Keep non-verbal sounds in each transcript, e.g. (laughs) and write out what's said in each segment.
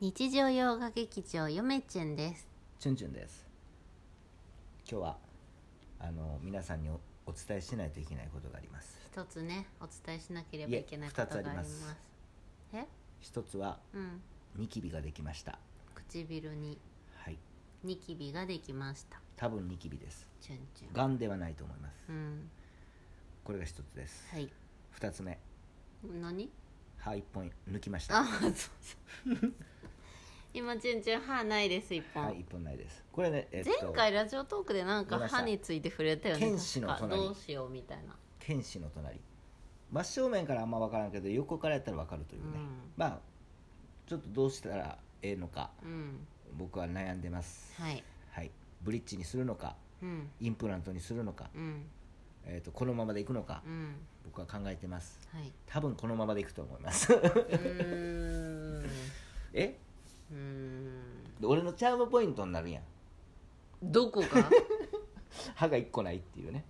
日常洋画劇場よめちゅんですチュンチュンです今日はあの皆さんにおお伝えしないといけないことがあります一つねお伝えしなければいけないことがありますいえ二つあえ一つはうんニキビができました唇にはいニキビができました多分ニキビですちゅんちがんではないと思いますゅんうんこれが一つですはい二つ目何歯一本抜きましたあはそうそう今ちゅんちゅん歯ないです一本、い一本ないですこれねえっ前と回ラジオトークでなんかごめんなさ歯いについて触れたよね剣士の確か隣どうしようみたいな天使の隣真正面からあんま分からんけど横からやったら分かるというね、うんまあちょっとどうしたらええのかうん僕は悩んでますはいはいブリッジにするのかうんインプラントにするのか、うんえー、とこのままでいくのか、うん僕は考えてますはい多分このままでいくと思います (laughs) うーんえうーん俺のチャームポイントになるやんどこが歯が一個ないっていうね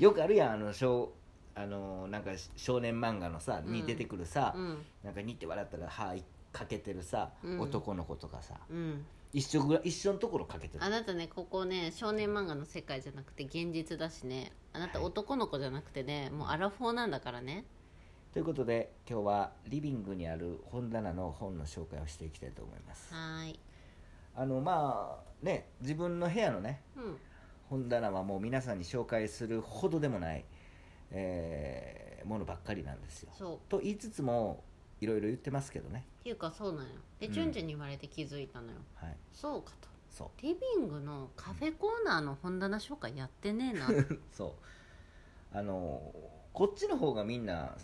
よくあるやんあの少あのーなんかし少年漫画のさ、うんに出てくるさ、うんなんかにって笑ったら歯かけてるさ、うん男の子とかさうん一緒ぐらい一緒のところかけてるあなたねここね少年漫画の世界じゃなくて現実だしねあなたはい男の子じゃなくてねもうアラフォーなんだからねということで今日はリビングにある本棚の本の紹介をしていきたいと思いますはーいあのまあね自分の部屋のねうん本棚はもう皆さんに紹介するほどでもない、えーものばっかりなんですよそうっと言いつつもいろいろ言ってますけどねていうかそうなんよでうんチュンチュンに言われて気づいたのよ、はいそうかとそうリビングのカフェコーナーの本棚紹介やってねえ (laughs) なそうあのこっちの方がみんな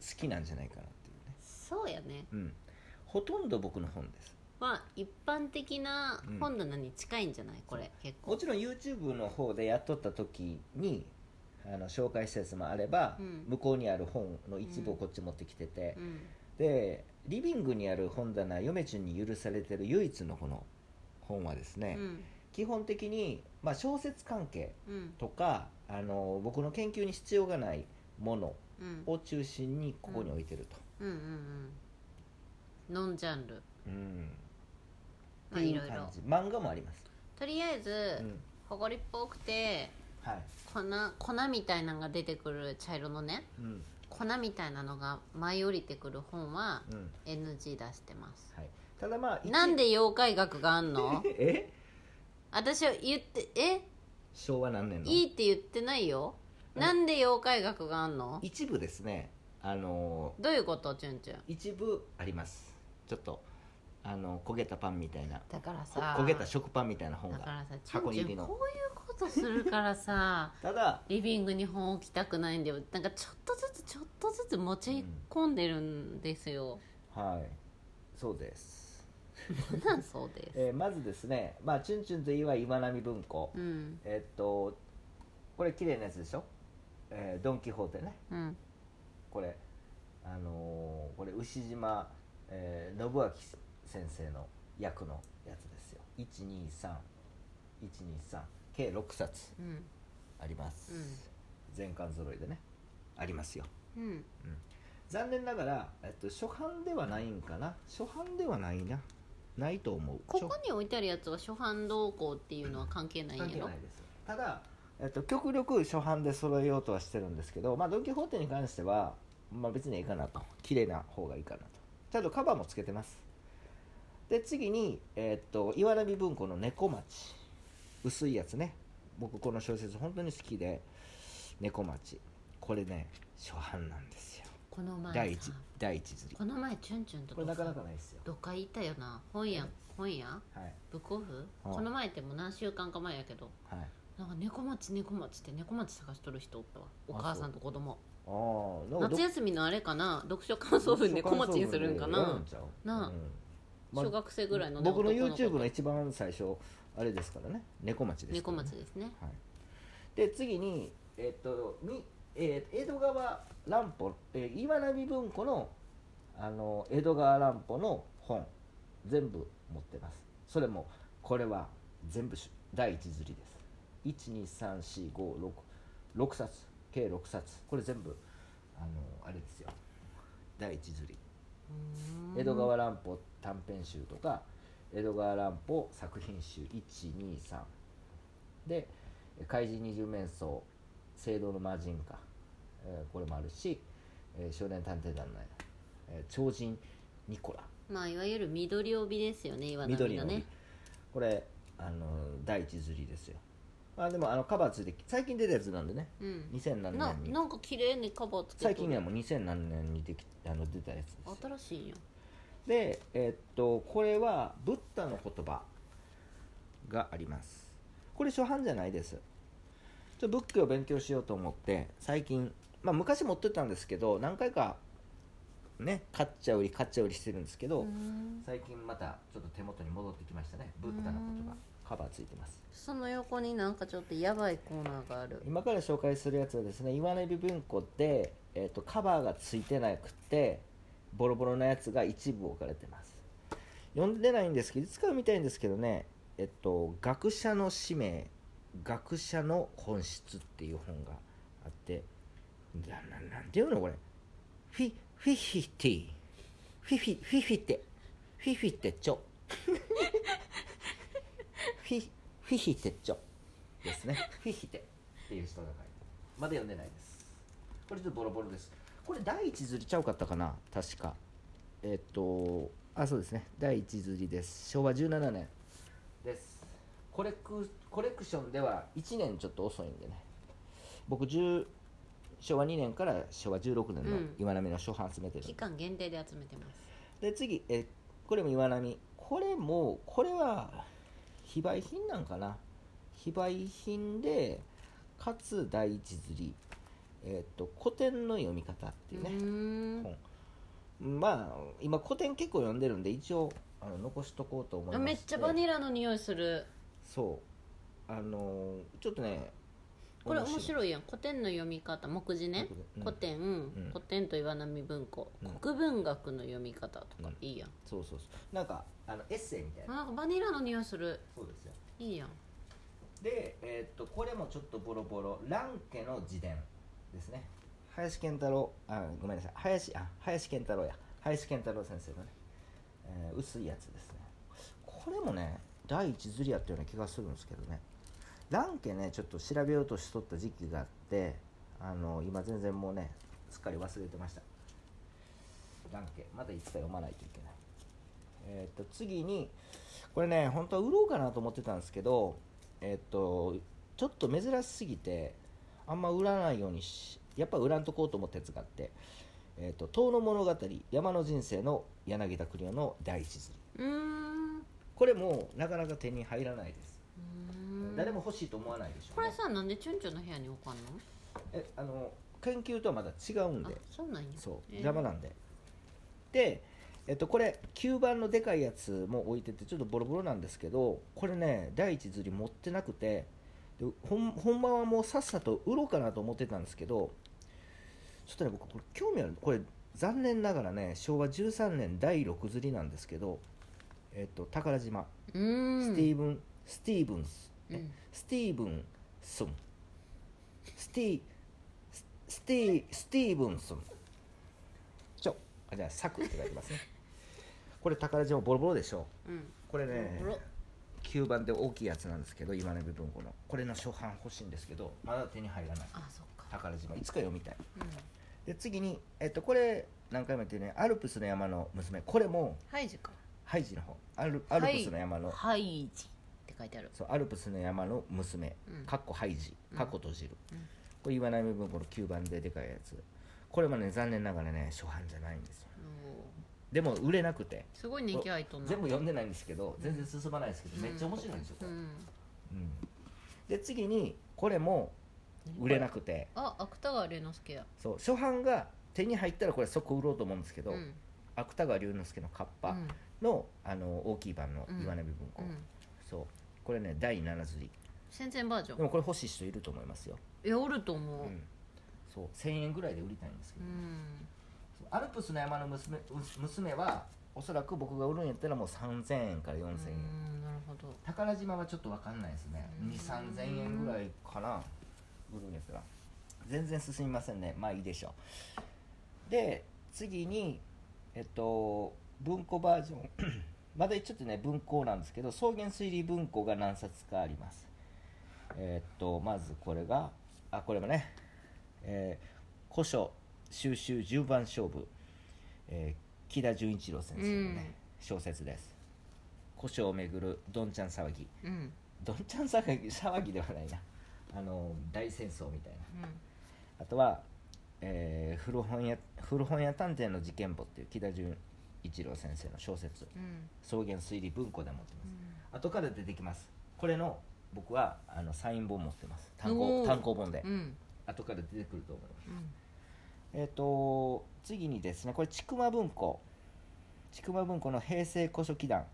好きなんじゃないかなっていうねそうやねうんほとんど僕の本ですまあ一般的な本棚に近いんじゃない、これ結構もちろん YouTube の方でやっとった時にあの紹介したやつもあれば、うん向こうにある本の一部をこっち持ってきてて、うんでリビングにある本棚嫁ちゅんに許されてる唯一のこの本はですうね、ん基本的に、まあ、小説関係うんとかあの僕の研究に必要がないものうんを中心にここに置いてると、うんうんうんノンジャンルうんまあっていうろいろ感じ漫画もあります、とりあえず、うんほこりっぽくてはい粉粉みたいなのが出てくる茶色のねうん粉みたいなのが舞い降りてくる本はうん NG 出してますはい、ただまあ一なんで妖怪学があん (laughs) の (laughs) え私は言ってえ昭和何年のいいって言ってないよなんで妖怪学があんの一部ですねあのどういうことチュンチュン一部ありますちょっとあの焦げたパンみたいなだからこさ焦げた食パンみたいな本だかがらさチュ箱ンにチ入りュンのこういうことするから (laughs) さただリビングに本置きたくないんだよなんかちょっとずつちょっとずつ持ち込んでるんですよ、 (laughs) はいそうです、なんそうですえーまずですねまあチュンチュンといえば岩波文庫、うんえっとこれ綺麗なやつでしょ、えードン・キホーテねうんこれあのーこれ牛島、えー信明先生の役のやつですよ123123計6冊うんあります、うん全巻揃いでねありますようん残念ながら、えっと、初版ではないんかな初版ではないなないと思うここ初に置いてあるやつは初版動向っていうのは関係ないんや関係ろないですただ、えっと、極力初版で揃えようとはしてるんですけどまあドン・キホーテに関しては、まあ、別にいいかなと綺麗な方がいいかなとちゃんとカバーもつけてますで次に、えっと岩波文庫の「猫町」薄いやつね僕この小説本当に好きで「猫町」これね初版なんですよこの第前一さ第一釣りこの前チュンチュンとこれなかなかないですよどっか行ったよな本屋本屋はいブックオフうんこの前ってもう何週間か前やけどはいなんか猫町猫町って猫町探しとる人おったわお母さんと子供ああなんかど夏休みのあれかな読書感想文で猫町にするんか書簡な文でやるんちゃうなあうんまあ小学生ぐらいのね僕の男子 YouTube の一番最初あれですからね猫町です猫からね、町ですねはい、で次にえっとみ、えー江戸川乱歩、えー、岩波文庫のあの江戸川乱歩の本全部持ってますそれもこれは全部し第一釣りです1234566冊計6冊これ全部あのあれですよ第一釣りうーん江戸川乱歩短編集とか江戸川乱歩作品集123で「怪人二十面相」「聖堂の魔人か」えーこれもあるし「えー少年探偵団の、えー超人ニコラまあいわゆる緑帯ですよね」岩波緑のの帯、ねこれあのー第一釣りですよあでもあのカバーついて最近出たやつなんでねうん2007な年になんか綺麗にカバーつけて最近ねもう2007年にできあの出たやつですよ新しいんやで、えっとこれはブッダの言葉がありますこれ初版じゃないですちょ仏教を勉強しようと思って最近、まあ、昔持ってたんですけど何回かね買っちゃ売り買っちゃ売りしてるんですけど、うーん最近またちょっと手元に戻ってきましたねブッダの言葉うんカバーついてますその横になんかちょっとやばいコーナーがある今から紹介するやつはですね岩波文庫で、えっとカバーがついてなくてボロボロなやつが一部置かれてます読んでないんですけどいつかは見たいんですけどねえっと「学者の使命学者の本質」っていう本があってなななんていうのこれフィフィフィティフィフィフィフィテフィフィテチョフィフィヒテチョですねフィヒテっていう人が書いてまだ読んでないですこれちょっとボロボロですこれ第一釣りちゃうかったかな確かえっとあそうですね第一釣りです昭和17年ですコレクコレクションでは1年ちょっと遅いんでね僕10昭和2年から昭和16年のうん岩波の初版集めてるんで期間限定で集めてますで次えこれも岩波これもこれは非売品なんかな非売品でかつ第一釣りえっ、と古典の読み方っていううね、ーんまあ今古典結構読んでるんで一応あの残しとこうと思いあまめっしてちゃバニラの匂いするそうあのーちょっとねこれ面い白いやん古典の読み方目次ねうん古典、ん古典と岩波文庫、うん国文学の読み方とうかんいいやん、そうそうそうなんかあのエッセイみたいあななんかバニラの匂いするそうですよいいやんで、えーっとこれもちょっとボロボロラン家の自伝ですね林健太郎あごめんなさい林あ林健太郎や林健太郎先生のね、えー薄いやつですねこれもね第一釣りやったような気がするんですけどねラン家ねちょっと調べようとしとった時期があってあの今全然もうねすっかり忘れてましたラン家まだ一切読まないといけないえーっと次にこれね本当は売ろうかなと思ってたんですけどえっとちょっと珍しすぎてあんま売らないようにしやっぱ売らんとこうと思ったやつがあって「えっと遠の物語山の人生」の柳田邦夫の第一釣りうーんうこれもなかなか手に入らないです、ーん誰も欲しいと思わないでしょこうね、れさなんでチュンチュンの部屋に置かんのえあの研究とはまだ違うんあでそうなんやそうえー邪魔なんで、でえっとこれ吸盤のでかいやつも置いててちょっとボロボロなんですけどこれね第一釣り持ってなくてでほん本番はもうさっさと売ろうかなと思ってたんですけどちょっとね僕これ興味あるこれ残念ながらね昭和13年第6釣りなんですけどえっと宝島、うーんスティーブンスティーブンス、えうんスティーブンソンスティススティスティーブンソンちょあじゃあサクって書いてますね (laughs) これ宝島ボロボロでしょうんこれねボロボロ吸盤で大きいやつなんですけど今の部分このこれの初版欲しいんですけどまだ手に入らないあそっか宝島いつか読みたいうんで次にえっとこれ何回も言ってるねアルプスの山の娘これもハイジかハイジの方アルアルプスの山の、ハイジって書いてあるそうアルプスの山の娘うんかっこハイジうんかっこ閉じる、うんこれ岩波文庫の9番ででかいやつこれもね残念ながらね初版じゃないんですよおでも売れなくてーすごい人気入っとんな全部読んでないんですけど全然進まないですけど、めっちゃ面白いんですよこうれ、んうんで次にこれも売れなくてあ芥川龍之介やそう初版が手に入ったらこれ即売ろうと思うんですけど、うん芥川龍之介のカッうパんの,、あの大きい版の岩波文庫、うんそうこれね第7釣り戦前バージョでンもこれ欲しい人いると思いますよいやおると思ううんそう1000円ぐらいで売りたいんですけうど、んそうアルプスの山の娘う娘はおそらく僕が売るんやったらもう3000円から4000う円、んなるほど宝島はちょっと分かんないですねうん23000円ぐらいかな売るんやったら全然進みませんねまあいいでしょうで次にええっと文庫バージョン (clears throat) まだちょっとね文庫なんですけど草原推理文庫が何冊かありますえっとまずこれがあこれもねえー古書収集十番勝負、えー木田純一郎先生のね、小説です古書をめぐるどんちゃん騒ぎうんどんちゃん騒ぎ (laughs) 騒ぎではないなあの大戦争みたいなあとは、えー古本屋「古本屋探偵の事件簿」っていう木田純一郎先生の小説うんうん草原推理文庫で持ってます、後から出てきますこれの僕はあのサイン本持ってます単お行ー単行本で、うん後から出てくると思いますうんえっ、と次にですねこれ千曲文庫千曲文庫の平成古書記団、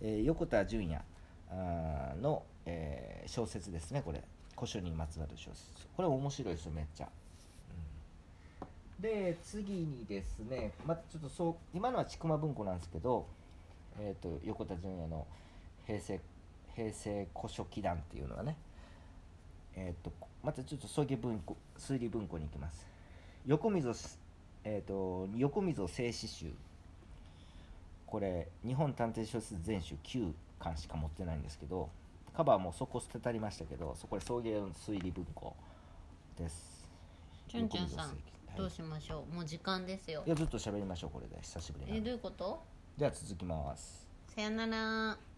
えー横田純也あーの、えー小説ですねこれ古書にまつわる小説これ面白いですよめっちゃ、うんで次にですねまたちょっとそう今のは千曲文庫なんですけど、えー、と横田純也の平成平成古書記団っていうのはねえー、とこまたちょっと葬儀文庫推理文庫に行きます横溝す、えー、と横溝静止集これ日本探偵小説全集9巻しか持ってないんですけどカバーもそこ捨てたりましたけどそこで送迎推理文庫ですちゅんちゅんさん横溝静どうはいしましょうもう時間ですよいやずっと喋りましょうこれで久しぶりえにどういうことでは続きますさよなら